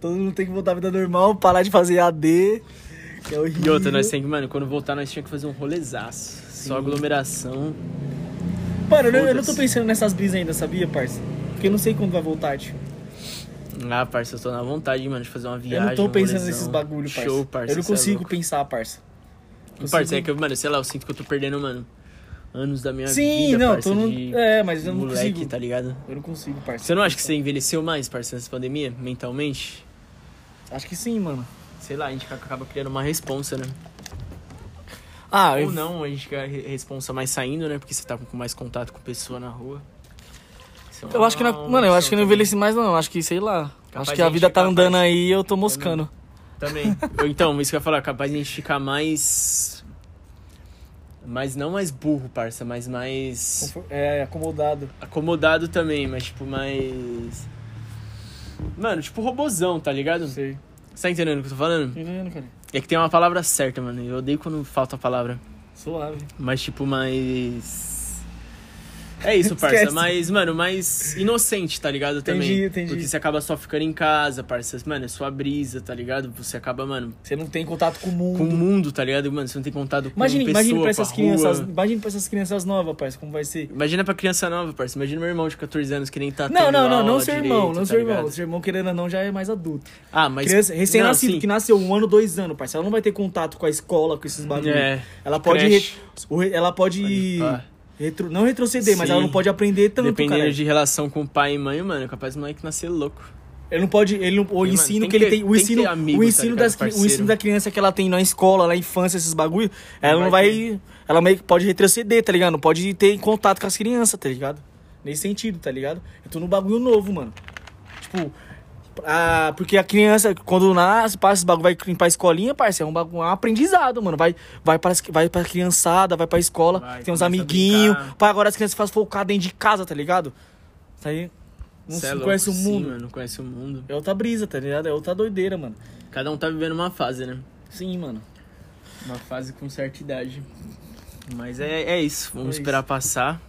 todo mundo tem que voltar à vida normal, parar de fazer AD. Que é
E
horrível.
outra, nós tem que, mano, quando voltar nós tinha que fazer um rolezaço. Só aglomeração.
Mano, eu, não- eu não tô
Foda-se.
pensando nessas brisas ainda, sabia, parça? Porque eu não sei quando vai voltar, tio.
Ah, parça, eu tô na vontade, mano, de fazer uma
Eu
viagem.
não tô
um
pensando
rolezão.
nesses bagulho, parça.
Show, parça.
Eu não
cê é
consigo
louco.
pensar, parça. Consigo-
Parça, é que, eu, mano, sei lá, eu sinto que eu tô perdendo, mano, anos da minha
Sim,
vida.
não,
parça,
tô não.
de
É, mas eu não
moleque,
consigo.
tá ligado?
Eu não consigo, parça.
Você não acha que você envelheceu mais, parça, nessa pandemia, mentalmente?
Acho que sim, mano.
Sei lá, a gente ca- acaba criando uma responsa, né?
Ah, eu,
Ou não, a gente quer re- responsa mais saindo, né? Porque você tá com mais contato com pessoa na rua. Isso é
eu
uma-
acho que não,
Ah,
uma
mano, eu acho
opção
que eu não
também.
envelheci mais não, acho que sei lá.
Capaz
acho que a
de
vida tá
chegar,
andando
parça.
aí e eu tô moscando.
Também. Eu, então, isso que eu ia falar, capaz de a gente ficar mais. Mas não mais burro, parça, mas mais.
Confo- É, acomodado.
Acomodado também, mas tipo, mais. Mano, tipo robozão, tá ligado?
Sei.
Você tá entendendo o que eu tô falando?
Entendendo, cara?
É que tem uma palavra certa, mano. Eu odeio quando falta a palavra.
Suave.
Mas, tipo, mais. É isso, parça.
Esquece.
mas, mano, mais inocente, tá ligado? Também.
Entendi, entendi.
Porque você acaba só ficando em casa, parça. Mano, é sua brisa, tá ligado? Você acaba, mano,
Você não tem contato com o mundo.
com o mundo, tá ligado? Mano, você não tem contato com
Imagina,
pessoa,
imagina pra
com a
essas crianças.
rua.
Imagina pra essas crianças novas, parça, como vai ser.
Imagina pra criança nova, parça. Imagina meu irmão de 14 anos que nem tá
Não,
tendo
não, não,
aula
não seu
direito,
irmão, não
tá
seu
ligado?
irmão. Seu irmão, querendo ou não, já é mais adulto.
Ah, mas...
Criança recém-nascido,
não, sim.
que nasceu um ano, dois anos, parça. Ela não vai ter contato com a escola, com esses bagulhos.
É.
Ela pode.
Creche.
re- o re- Ela pode.
Pode pá.
retro- não retroceder, mas
Sim.
ela não pode aprender tanto,
Dependendo
cara.
de relação com pai e mãe, mano, capaz do moleque nascer louco.
Ele não pode. Ele não, o
Tem, mano,
ensino
tem
que ele
que ter-
tem. O
tem que
ensino,
ter amigo,
o,
tá
ensino
ligado?
das, cri- o
Parceiro.
ensino da criança que ela tem na escola, na infância, esses bagulho, ela
Não
não
vai
vai. Ela meio que pode retroceder, tá ligado? Não pode ter contato com as crianças, tá ligado? Nesse sentido, tá ligado? Eu tô num bagulho novo, mano. Tipo. a- porque a criança, quando nasce, passa esse bagulho, vai limpar a escolinha, parceiro, é um bagulho, é um aprendizado, mano. Vai, vai, pra, vai pra criançada, vai pra escola, tem
Vai,
uns
começa a
amiguinhos.
brincar.
Pá, agora as crianças fazem focar dentro de casa, tá ligado? Isso aí. Não
Cê é
se
louco,
conhece o
sim,
mundo.
mano, não conhece o mundo.
É outra brisa, tá ligado? É outra doideira, mano.
Cada um tá vivendo uma fase, né?
Sim, mano.
Uma fase com certa idade. Mas é, é isso. Vamos
É
esperar passar.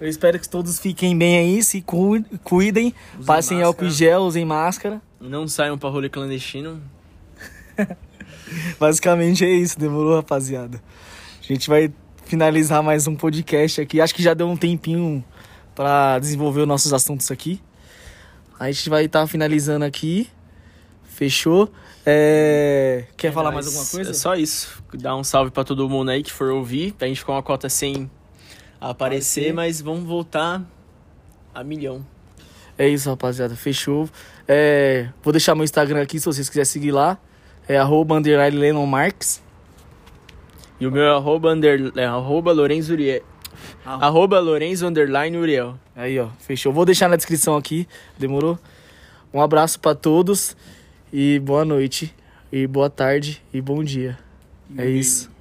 Eu espero que todos fiquem bem aí, se cu- cuidem,
Usem
passem
máscara.
álcool em gel, usem máscara.
Não saiam pra rolê clandestino.
Basicamente é isso, demorou, rapaziada. A gente vai finalizar mais um podcast aqui. Acho que já deu um tempinho pra desenvolver os nossos assuntos aqui. A gente vai estar finalizando aqui. Fechou? É, Quer falar mais
Mas
alguma coisa?
É só isso. Dar um salve pra todo mundo aí que for ouvir. A gente ficou uma cota sem aparecer,
Aparecer.
mas vamos voltar a milhão.
É isso, rapaziada. Fechou. É, vou deixar meu Instagram aqui se vocês quiserem seguir lá. É arroba underline Lennon Marx.
E o meu é arroba, under, é arroba Lorenzo Uriel.
Ah.
Arroba Lorenzo underline Uriel.
Aí, ó. Fechou. Vou deixar na descrição aqui. Demorou? Um abraço pra todos. E boa noite. E boa tarde. E bom dia. É isso.